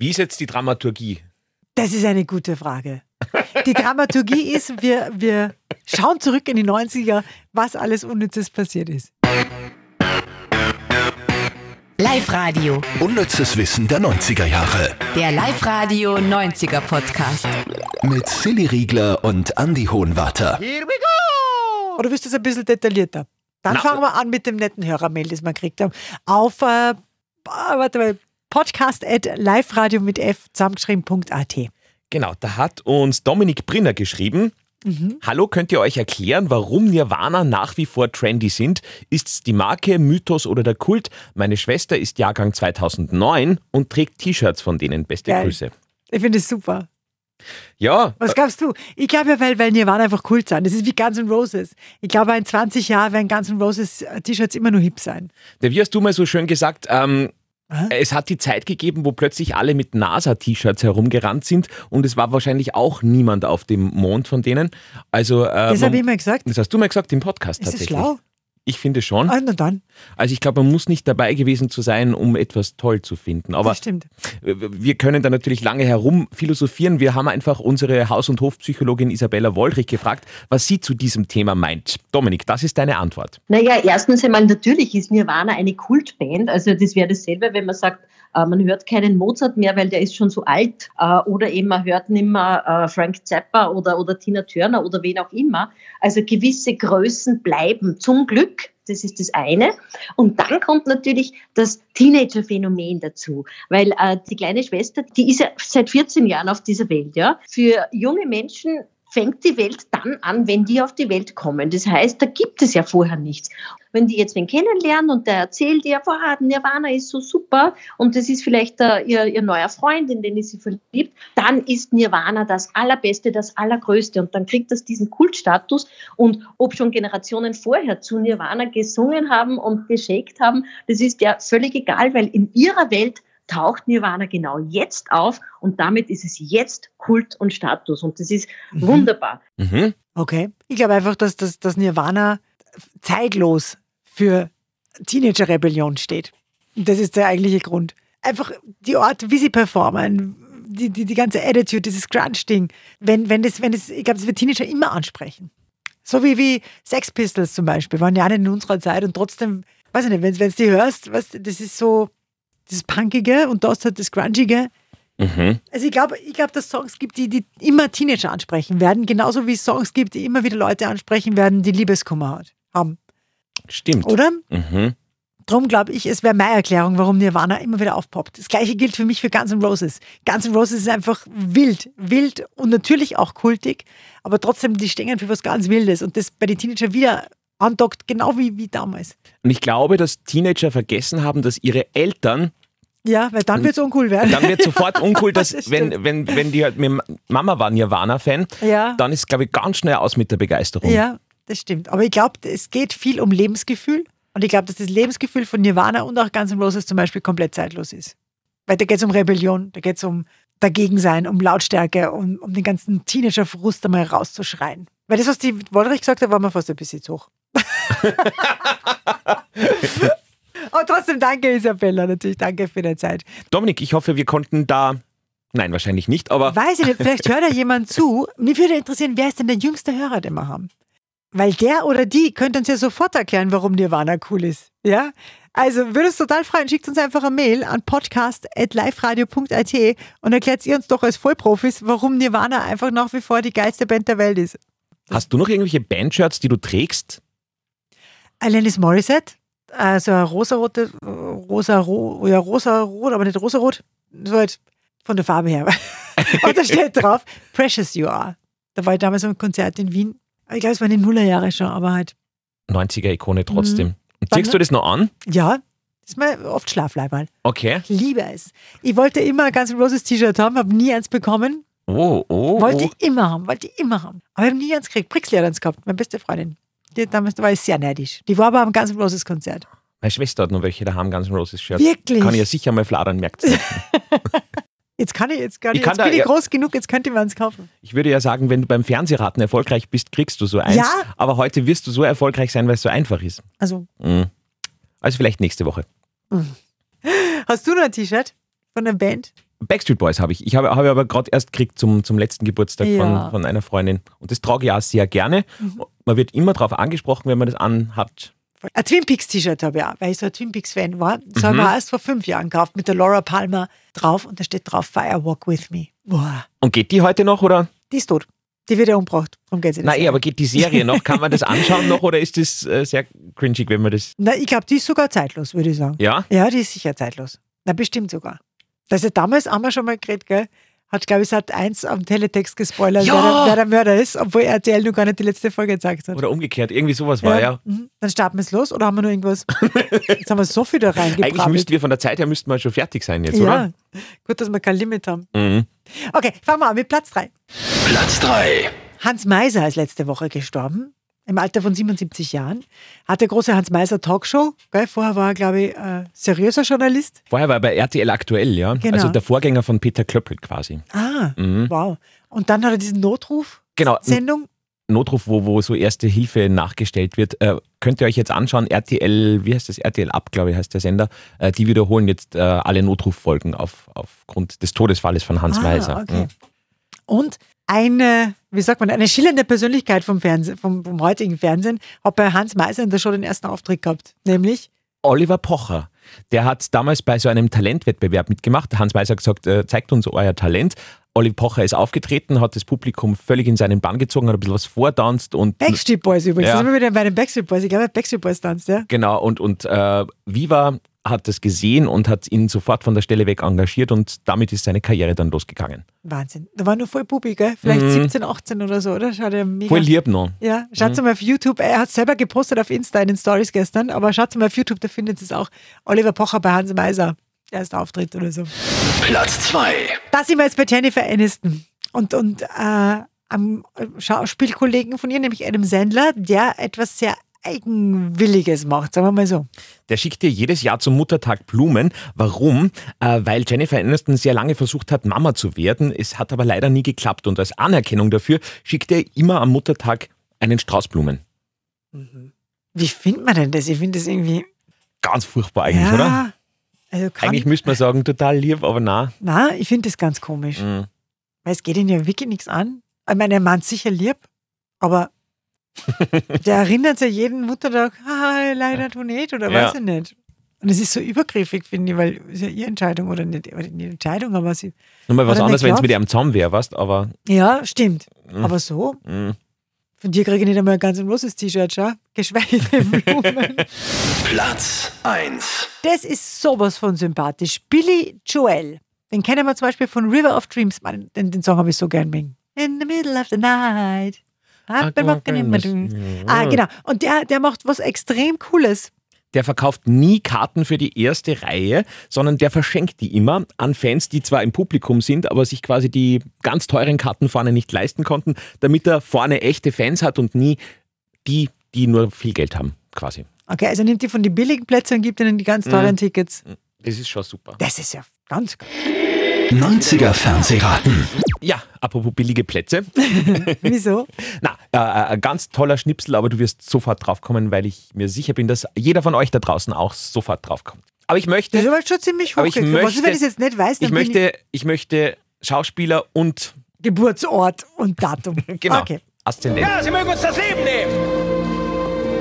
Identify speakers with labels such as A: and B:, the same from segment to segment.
A: Wie ist jetzt die Dramaturgie?
B: Das ist eine gute Frage. Die Dramaturgie ist, wir, wir schauen zurück in die 90er, was alles Unnützes passiert ist.
C: Live-Radio,
D: Unnützes Wissen der 90er Jahre.
C: der Live-Radio 90er Podcast.
D: Mit Silly Riegler und Andy Hohenwarter.
B: Oder willst du es ein bisschen detaillierter? Dann fangen wir an mit dem netten Hörermail, das wir gekriegt haben. Auf äh, warte mal, podcast at liveradio mit f zusammengeschrieben.at.
A: Genau, da hat uns Dominik Brinner geschrieben.
B: Mhm.
A: Hallo, könnt ihr euch erklären, warum Nirvana nach wie vor trendy sind? Ist's die Marke, Mythos oder der Kult? Meine Schwester ist Jahrgang 2009 und trägt T-Shirts von denen. Beste
B: Geil.
A: Grüße.
B: Ich finde es super.
A: Ja,
B: Was glaubst du? Ich glaube ja, weil, weil Nirvana einfach cool sind. Das ist wie Guns N' Roses. Ich glaube, in 20 Jahren werden Guns N' Roses äh, T-Shirts immer nur hip sein.
A: äh, wie hast du mal so schön gesagt, ähm,
B: Hä?
A: es hat die Zeit gegeben, wo plötzlich alle mit NASA-T-Shirts herumgerannt sind und es war wahrscheinlich auch niemand auf dem Mond von denen. Also, äh,
B: Das habe ich
A: man,
B: immer gesagt.
A: das hast du mal gesagt im Podcast
B: Ist das
A: tatsächlich.
B: schlau?
A: Ich finde schon.
B: Ah, na dann,
A: Also ich glaube, man muss nicht dabei gewesen zu sein, um etwas toll zu finden. Aber
B: das stimmt.
A: wir können da natürlich lange herum philosophieren. Wir haben einfach unsere Haus- und Hofpsychologin Isabella Wollrich gefragt, was sie zu diesem Thema meint. Dominik, das ist deine Antwort.
E: Naja, erstens einmal, natürlich ist Nirvana eine Kultband. Also das wäre dasselbe, wenn man sagt, äh, man hört keinen Mozart mehr, weil der ist schon so alt. Äh, Oder eben man hört nicht mehr äh, Frank Zappa oder, oder Tina Turner oder wen auch immer. Also gewisse Größen bleiben zum Glück. Das ist das eine. Und dann kommt natürlich das Teenager-Phänomen dazu. Weil äh, die kleine Schwester, die ist ja seit 14 Jahren auf dieser Welt. Ja? Für junge Menschen fängt die Welt dann an, wenn die auf die Welt kommen. Das heißt, da gibt es ja vorher nichts. Wenn die jetzt wen kennenlernen und der erzählt ihr, boah, Nirvana ist so super und das ist vielleicht äh, ihr, ihr neuer Freund, in den ist sie verliebt, dann ist Nirvana das Allerbeste, das Allergrößte und dann kriegt das diesen Kultstatus und ob schon Generationen vorher zu Nirvana gesungen haben und geschäkt haben, das ist ja völlig egal, weil in ihrer Welt taucht Nirvana genau jetzt auf und damit ist es jetzt Kult und Status und das ist wunderbar.
A: Mhm.
B: Okay. Ich glaube einfach, dass, dass, dass Nirvana zeitlos für Teenager-Rebellion steht. Und Das ist der eigentliche Grund. Einfach die Art, wie sie performen, die, die, die ganze Attitude, dieses Grunge-Ding. Wenn, wenn das, wenn das, ich glaube, das wird Teenager immer ansprechen. So wie, wie Sex Pistols zum Beispiel, waren ja nicht in unserer Zeit und trotzdem, weiß ich nicht, wenn du die hörst, weißt, du, das ist so das Punkige und das hat das Grungige.
A: Mhm.
B: Also ich glaube, ich glaub, dass es Songs gibt, die, die immer Teenager ansprechen werden, genauso wie es Songs gibt, die immer wieder Leute ansprechen werden, die Liebeskummer hat, haben.
A: Stimmt.
B: Oder?
A: Mhm.
B: Drum glaube ich, es wäre meine Erklärung, warum Nirvana immer wieder aufpoppt. Das gleiche gilt für mich für Guns N' Roses. Guns N' Roses ist einfach wild, wild und natürlich auch kultig, aber trotzdem, die stehen für was ganz Wildes und das bei den Teenagern wieder andockt, genau wie, wie damals.
A: Und ich glaube, dass Teenager vergessen haben, dass ihre Eltern,
B: Ja, weil dann wird es uncool werden.
A: dann wird sofort uncool, dass
B: Das stimmt.
A: wenn, wenn, wenn die halt, mit Mama war Nirvana-Fan,
B: Ja.
A: dann ist, glaube ich, ganz schnell aus mit der Begeisterung.
B: Ja, das stimmt. Aber ich glaube, es geht viel um Lebensgefühl. Und ich glaube, dass das Lebensgefühl von Nirvana und auch Guns N' Roses zum Beispiel komplett zeitlos ist. Weil da geht es um Rebellion, da geht es um Dagegensein, um Lautstärke, um, um den ganzen Teenager-Frust einmal rauszuschreien. Weil das, was die Wollrich gesagt hat, war mir fast ein bisschen zu hoch. Aber trotzdem danke, Isabella, natürlich. Danke für deine Zeit.
A: Dominik, ich hoffe, wir konnten da, nein, wahrscheinlich nicht, aber
B: Weiß ich nicht, vielleicht hört da jemand zu. Mich würde interessieren, wer ist denn der jüngste Hörer, den wir haben? Weil der oder die könnte uns ja sofort erklären, warum Nirvana cool ist. Ja? Also würde uns total freuen, schickt uns einfach eine Mail an podcast.liferadio.at E und erklärt ihr uns doch als Vollprofis, warum Nirvana einfach nach wie vor die geilste Band der Welt ist.
A: hast du noch irgendwelche Bandshirts, die du trägst?
B: Alanis Morissette, also eine rosarote, äh, rosa, ro, ja, rosarot, aber nicht rosarot, so halt von der Farbe her. Und da steht drauf, Precious You Are. Da war ich damals am Konzert in Wien. Ich glaube, es waren die Nullerjahre schon, aber halt,
A: 90er-Ikone
B: Mhm.
A: trotzdem. Und
B: Wann-
A: ziehst du das noch an?
B: ja, das ist mir oft Schlafleiberl.
A: Okay.
B: Ich liebe es. Ich wollte immer ein ganz roses T-Shirt haben, habe nie eins bekommen.
A: Oh, oh,
B: Wollte
A: oh.
B: ich immer haben, wollte ich immer haben. Aber ich habe nie eins gekriegt. Brixley hat eins gehabt, meine beste Freundin. Die hat damals da war ich sehr neidisch. Die war aber am ganzen Roses Konzert.
A: Meine Schwester hat noch welche, da haben Guns N' Roses Shirts.
B: Wirklich?
A: Kann ich ja sicher mal fladern, merkt
B: Jetzt kann ich, jetzt kann
A: Ich
B: ich,
A: kann
B: jetzt
A: da-
B: bin ich
A: ja.
B: groß genug, jetzt könnte man es kaufen.
A: Ich würde ja sagen, wenn du beim Fernsehraten erfolgreich bist, kriegst du so eins.
B: Ja.
A: Aber heute wirst du so erfolgreich sein, weil es so einfach ist.
B: Also,
A: Mhm. Also vielleicht nächste Woche.
B: hast du noch ein T-Shirt von der Band?
A: Backstreet Boys habe ich. Ich habe, habe aber gerade erst gekriegt zum, zum letzten Geburtstag
B: Ja. Mhm.
A: von, von einer Freundin. Und das trage ich auch sehr gerne. Man wird immer darauf angesprochen, wenn man das anhat.
B: Ein Twin Peaks T-Shirt habe ich auch, weil ich so ein Twin Peaks Fan war. Das
A: Mhm.
B: habe ich mir erst vor fünf Jahren gekauft mit der Laura Palmer drauf und da steht drauf Firewalk with me. Boah,
A: Und geht die heute noch oder?
B: die ist tot. Die wird ja umgebracht. Darum geht's
A: Nein, eh, aber geht die Serie noch? Kann man das anschauen noch oder ist das äh, sehr cringig, wenn man das.
B: Na, ich glaube, die ist sogar zeitlos, würde ich sagen.
A: Ja?
B: Ja, die ist sicher zeitlos. Na, bestimmt sogar. Das ist damals haben wir schon mal geredet, gell? Hat, glaube ich, Sat 1 am Teletext gespoilert,
A: Ja!
B: wer, der, wer der Mörder ist, obwohl RTL noch gar nicht die letzte Folge gezeigt hat.
A: Oder umgekehrt, irgendwie sowas war ja.
B: mhm. Dann starten wir es los oder haben wir nur irgendwas? Jetzt haben wir so viel da
A: Eigentlich müssten
B: reingebracht.
A: wir von der Zeit her müssten wir schon fertig sein jetzt,
B: Ja, gut, dass wir kein Limit haben.
A: oder? Mhm.
B: Okay, fangen wir an mit Platz 3.
D: Platz 3.
B: Hans Meiser ist letzte Woche gestorben, im Alter von 77 Jahren. Hat der große Hans Meiser Talkshow. Gell? Vorher war er, glaube ich, äh, seriöser Journalist.
A: Vorher war er bei RTL aktuell, ja.
B: Genau.
A: Also der Vorgänger von Peter Klöppel quasi.
B: Ah, wow. Und dann hat er diesen Notruf.
A: Mhm. Genau.
B: Sendung.
A: Notruf, wo, wo so erste Hilfe nachgestellt wird. Äh, könnt ihr euch jetzt anschauen, RTL, wie heißt das? RTL Ab, glaube ich, heißt der Sender. Äh, die wiederholen jetzt äh, alle Notruffolgen auf, aufgrund des Todesfalles von Hans Mhm.
B: Ah,
A: Meiser.
B: okay. Und eine, wie sagt man, eine schillernde Persönlichkeit vom, Fernsehen, vom, vom heutigen Fernsehen hat bei Hans Meiser in der Show den ersten Auftritt gehabt. Nämlich,
A: Oliver Pocher. Der hat damals bei so einem Talentwettbewerb mitgemacht. Hans Meiser hat gesagt, äh, zeigt uns euer Talent. Oliver Pocher ist aufgetreten, hat das Publikum völlig in seinen Bann gezogen, hat ein bisschen was vortanzt und
B: Backstreet Boys übrigens.
A: Ja.
B: Da sind wir wieder bei den Backstreet Boys. Ich glaube, Backstreet Boys tanzt, ja.
A: Genau, und, und äh, Viva hat das gesehen und hat ihn sofort von der Stelle weg engagiert und damit ist seine Karriere dann losgegangen.
B: Wahnsinn. Da war nur voll Bubi, gell? Vielleicht
A: Mhm.
B: 17, 18 oder so, oder? Schaut ja mega.
A: Voll lieb noch.
B: Ja, schaut
A: Mhm.
B: mal auf YouTube. Er hat selber gepostet auf Insta in den Stories gestern, aber schaut mal auf YouTube, da findet es auch. Oliver Pocher bei Hans Meiser. Erster Auftritt oder so.
D: Platz 2.
B: Da sind wir jetzt bei Jennifer Aniston und, und äh, am Schauspielkollegen von ihr, nämlich Adam Sandler, der etwas sehr Eigenwilliges macht, sagen wir mal so.
A: Der schickt ihr jedes Jahr zum Muttertag Blumen. Warum? Äh, weil Jennifer Aniston sehr lange versucht hat, Mama zu werden. Es hat aber leider nie geklappt und als Anerkennung dafür schickt er immer am Muttertag einen Strauß Blumen.
B: Wie findet man denn das? Ich finde das irgendwie.
A: Ganz furchtbar eigentlich,
B: ja,
A: oder?
B: Also kann,
A: Eigentlich müsste man sagen, total lieb, aber na.
B: na, ich finde das ganz komisch.
A: Mhm.
B: Weil es geht ihn ja wirklich nichts an. Ich meine, der Mann ist sicher lieb, aber der erinnert sich jeden Muttertag, ah, leider du nicht oder
A: Ja.
B: weiß ich nicht. Und es ist so übergriffig, finde ich, weil ist ja ihre Entscheidung oder nicht, aber nicht die Entscheidung, aber sie.
A: Nochmal was
B: Hat er
A: anderes, wenn es
B: geglaubt?
A: mit ihrem Zaum wäre, weißt aber.
B: Ja, stimmt. Aber so,
A: mm.
B: von dir kriege ich nicht einmal ganz ein roses T-Shirt, schau. Geschweige denn Blumen.
D: Platz 1.
B: das ist sowas von sympathisch. Billy Joel. Den kennen wir zum Beispiel von River of Dreams. Mann, Den, den Song habe ich so gern wegen. In the middle of the night. I've been walking in my dreams. Ah, genau. Und der, der macht was extrem Cooles.
A: der verkauft nie Karten für die erste Reihe, sondern der verschenkt die immer an Fans, die zwar im Publikum sind, aber sich quasi die ganz teuren Karten vorne nicht leisten konnten, damit er vorne echte Fans hat und nie die, die nur viel Geld haben, quasi.
B: Okay, also nimmt die von den billigen Plätzen und gibt ihnen die
A: Mhm.
B: ganz teuren Tickets.
A: Das ist schon super.
B: Das ist ja ganz geil.
D: 90er Fernsehraten.
A: Ja, apropos billige Plätze.
B: Wieso?
A: Na, äh, ein ganz toller Schnipsel, aber du wirst sofort draufkommen, weil ich mir sicher bin, dass jeder von euch da draußen auch sofort draufkommt. Aber ich möchte,
B: Das ist aber schon ziemlich
A: Aber ich
B: hochgekriegt. Was ist,
A: möchte-
B: wenn ich es jetzt nicht weiß? Dann
A: ich
B: bin
A: möchte, ich möchte Schauspieler und
B: Geburtsort und Datum.
A: genau
B: Okay.
A: Aszendent.
F: Ja, Sie mögen uns das Leben nehmen.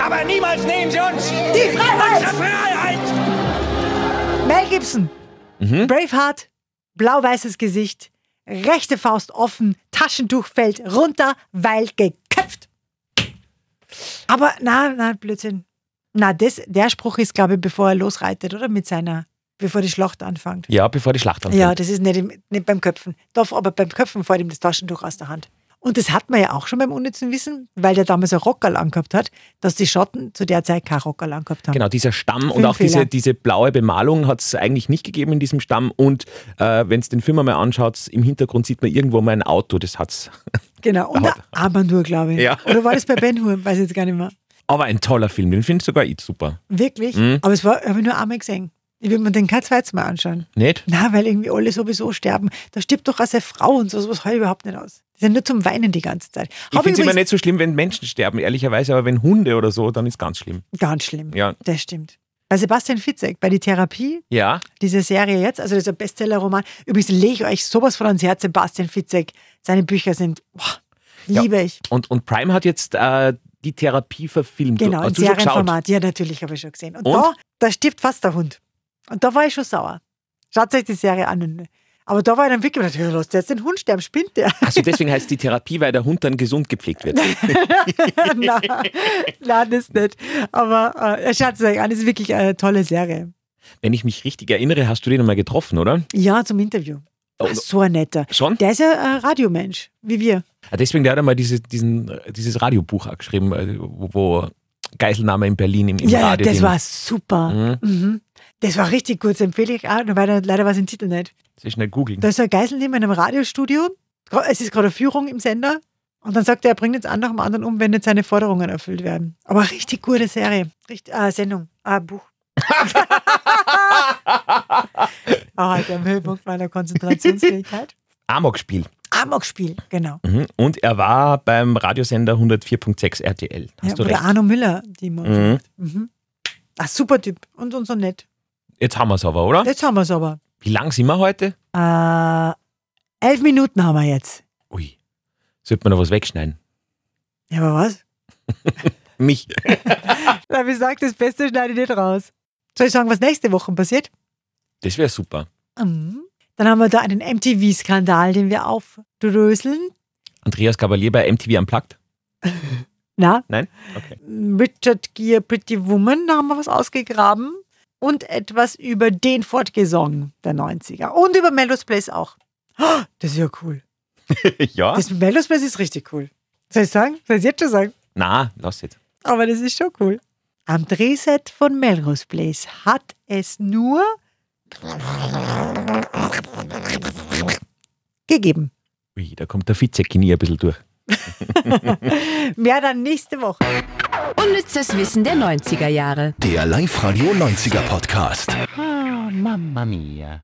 F: Aber niemals nehmen Sie uns
B: Die Freiheit!
F: unsere Freiheit.
B: Mel Gibson. Braveheart, blau-weißes Gesicht, rechte Faust offen, Taschentuch fällt runter, weil geköpft. Aber na, na, Blödsinn. Na, das, der Spruch ist, glaube ich, bevor er losreitet, oder? Mit seiner, bevor die Schlacht anfängt.
A: Ja, bevor die Schlacht anfängt.
B: Ja, das ist nicht, im, nicht beim Köpfen. Doch, aber beim Köpfen fällt ihm das Taschentuch aus der Hand. Und das hat man ja auch schon beim unnützen Wissen, weil der damals ein Rockerl angehabt hat, dass die Schotten zu der Zeit kein Rockerl angehabt haben.
A: Genau, dieser Stamm und
B: Fünf
A: auch diese,
B: Fehler.
A: diese blaue Bemalung hat es eigentlich nicht gegeben in diesem Stamm. Und äh, wenn es den Film einmal anschaut, im Hintergrund sieht man irgendwo mal ein Auto, das hat's.
B: Genau, und der Armbandur, glaube ich.
A: Ja.
B: Oder war das bei Ben Hur? Weiß ich jetzt gar nicht mehr.
A: Aber ein toller Film, den finde sogar ich super.
B: Wirklich?
A: Mhm.
B: Aber es war, habe ich nur einmal gesehen. Ich will mir den kein zweites Mal anschauen.
A: Nicht?
B: Na, weil irgendwie alle sowieso sterben. Da stirbt doch auch seine Frau und so, sowas heul ich überhaupt nicht aus. Die sind nur zum Weinen die ganze Zeit.
A: Ich
B: Hab
A: finde es immer
B: übrigens-
A: nicht so schlimm, wenn Menschen sterben, ehrlicherweise, aber wenn Hunde oder so, dann ist ganz schlimm.
B: Ganz schlimm.
A: Ja.
B: Das stimmt. bei Sebastian Fitzek, bei Die Therapie,
A: Ja,
B: diese Serie jetzt, also dieser Bestseller-Roman. Übrigens lege ich euch sowas von ans Herz, Sebastian Fitzek. Seine Bücher sind, boah,
A: Ja.
B: liebe ich.
A: und, und Prime hat jetzt äh, die Therapie verfilmt.
B: Genau,
A: Hast
B: in
A: du schon geschaut?
B: Serienformat. Ja, natürlich habe ich schon gesehen. Und,
A: Und?
B: Da, da stirbt fast der Hund. Und da war ich schon sauer. Schaut euch die Serie an. Aber da war ich dann wirklich gedacht, ja, lass der jetzt den Hund sterben, spinnt der?
A: Achso, deswegen heißt die Therapie, weil der Hund dann gesund gepflegt wird.
B: nein, nein, das nicht. Aber äh, schaut es euch an, das ist wirklich eine tolle Serie.
A: Wenn ich mich richtig erinnere, hast du den einmal getroffen, oder?
B: Ja, zum Interview.
A: Oh,
B: Ach, so ein netter.
A: Schon?
B: Der ist ja ein Radiomensch, wie wir.
A: Ah, Deswegen, der hat einmal diese, diesen, äh, dieses Radiobuch auch geschrieben, äh, wo, wo Geiselnahme in Berlin im, im
B: ja,
A: Radio.
B: das war super. Mhm. Das war richtig gut, das empfehle ich auch, nur weil er- leider war es im Titel nicht.
A: Sehr schnell googeln.
B: Da ist so ein Geiselnehmer in einem Radiostudio. Es ist gerade eine Führung im Sender. Und dann sagt er, er bringt jetzt einen nach dem anderen um, wenn nicht seine Forderungen erfüllt werden. Aber richtig gute Serie. Richt, äh, Sendung. Ah, Buch. Ah, der Höhepunkt meiner Konzentrationsfähigkeit.
A: Amok-Spiel.
B: Amokspiel, genau.
A: Mhm. Und er war beim Radiosender 104.6 RTL. Hast
B: ja,
A: du
B: oder
A: recht.
B: Arno Müller, die mhm.
A: Mhm.
B: Mhm. Ach, super Typ. Und, und so nett.
A: Jetzt haben wir es aber, oder?
B: Jetzt haben wir es aber.
A: Wie lang sind wir heute?
B: Äh, elf Minuten haben wir jetzt.
A: Ui, sollte man noch was wegschneiden.
B: Ja, aber was?
A: Mich.
B: Na, wie gesagt, das Beste schneide ich nicht raus. Soll ich sagen, was nächste Woche passiert?
A: Das wäre super.
B: Mhm. Dann haben wir da einen MTV-Skandal, den wir aufdröseln.
A: Andreas Cavalier bei MTV Unplugged?
B: Na,
A: Nein? Okay.
B: Richard Gere, Pretty Woman, da haben wir was ausgegraben. Und etwas über den Fortgesang der 90er. Und über Melrose Place auch. Oh, Das ist ja cool.
A: ja?
B: Das mit Melrose Place ist richtig cool. Soll ich sagen? Soll ich jetzt schon sagen?
A: Na, lass jetzt.
B: Aber das ist schon cool. Am Drehset von Melrose Place hat es nur gegeben.
A: Ui, da kommt der Vizekini ein bisschen durch.
B: Mehr dann nächste Woche.
C: Unnützes Wissen der 90er Jahre.
D: Der Live-Radio 90er Podcast.
G: Ah, mamma mia.